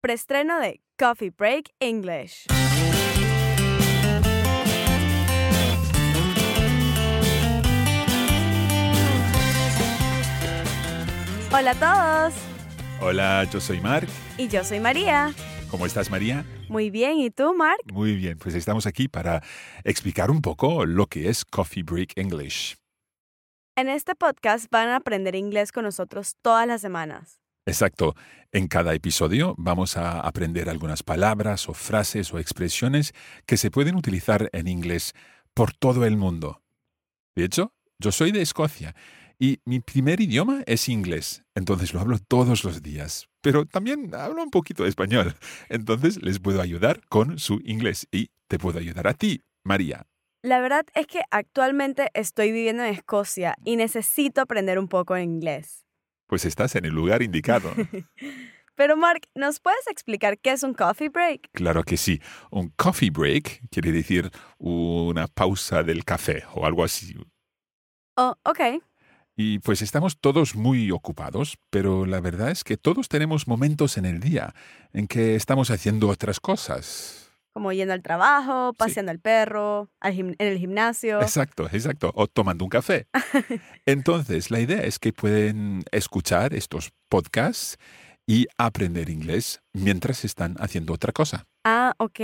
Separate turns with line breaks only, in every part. preestreno de Coffee Break English. Hola a todos
Hola, yo soy Mark.
y yo soy María.
¿Cómo estás, María?
Muy bien, ¿y tú, Mark?
Muy bien, pues estamos aquí para explicar un poco lo que es Coffee Break English.
En este podcast van a aprender inglés con nosotros todas las semanas.
Exacto, en cada episodio vamos a aprender algunas palabras o frases o expresiones que se pueden utilizar en inglés por todo el mundo. De hecho, yo soy de Escocia y mi primer idioma es inglés, entonces lo hablo todos los días, pero también hablo un poquito de español, entonces les puedo ayudar con su inglés y te puedo ayudar a ti, María.
La verdad es que actualmente estoy viviendo en Escocia y necesito aprender un poco de inglés.
Pues estás en el lugar indicado.
Pero, Mark, ¿nos puedes explicar qué es un coffee break?
claro que sí. Un coffee break quiere decir una pausa del café o algo así.
Oh, ok.
Y pues estamos todos muy ocupados, pero la verdad es que todos tenemos momentos en el día en que estamos haciendo otras cosas.
Como yendo al trabajo, paseando al perro, al gim- en el gimnasio.
Exacto, exacto. O tomando un café. Entonces, la idea es que pueden escuchar estos podcasts y aprender inglés mientras están haciendo otra cosa.
Ah, ok.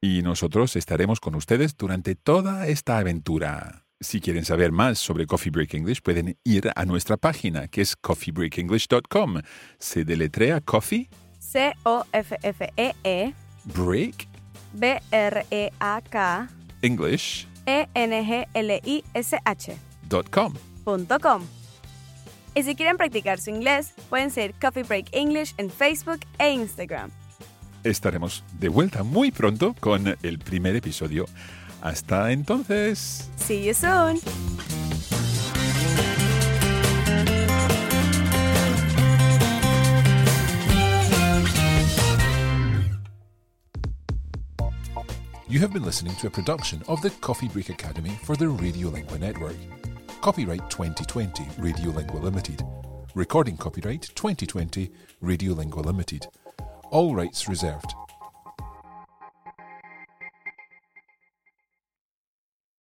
Y nosotros estaremos con ustedes durante toda esta aventura. Si quieren saber más sobre Coffee Break English, pueden ir a nuestra página, que es coffeebreakenglish.com. Se deletrea Coffee
C-O-F-F-E-E,
Break
B-R-E-A-K,
English.com.
E-N-G-L-I-S-H. www.coffeebreakenglish.com. Y si quieren practicar su inglés, pueden seguir Coffee Break English en Facebook e Instagram.
Estaremos de vuelta muy pronto con el primer episodio. Hasta entonces.
See you soon.
You have been listening to a production of the Coffee Break Academy for the Radiolingua Network. Copyright 2020 Radiolingua Limited. Recording copyright 2020 Radiolingua Limited. All rights reserved.